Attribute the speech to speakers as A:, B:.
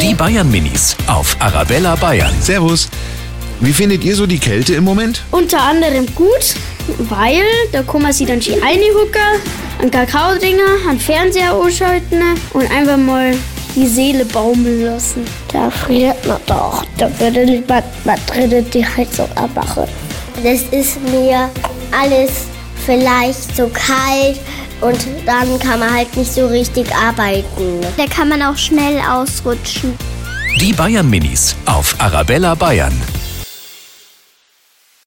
A: Die Bayern Minis auf Arabella Bayern.
B: Servus. Wie findet ihr so die Kälte im Moment?
C: Unter anderem gut, weil da kann man sich dann schön einhucken, an Kakao trinken, an Fernseher anschalten und einfach mal die Seele baumeln lassen.
D: Da friert man doch. Da würde niemand mal drinnen die Heizung anmachen.
E: Das ist mir alles vielleicht so kalt und dann kann man halt nicht so richtig arbeiten.
F: Da kann man auch schnell ausrutschen.
A: Die Bayern Minis auf Arabella Bayern.